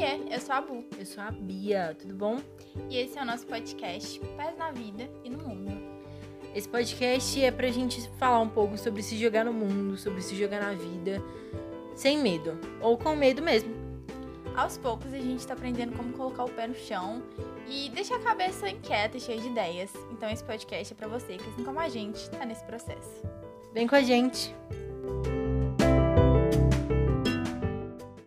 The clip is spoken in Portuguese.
é, sou a Bu Eu sou a Bia, tudo bom? e esse é o nosso podcast Pés na Vida e no Mundo. Esse podcast é pra gente falar um pouco sobre se jogar no mundo, sobre se jogar na vida, sem medo. Ou com medo mesmo. Aos poucos a gente tá aprendendo como colocar o pé no chão e deixar a cabeça inquieta e cheia de ideias. Então esse podcast é pra você que, assim como a gente, tá nesse processo. Vem com a gente.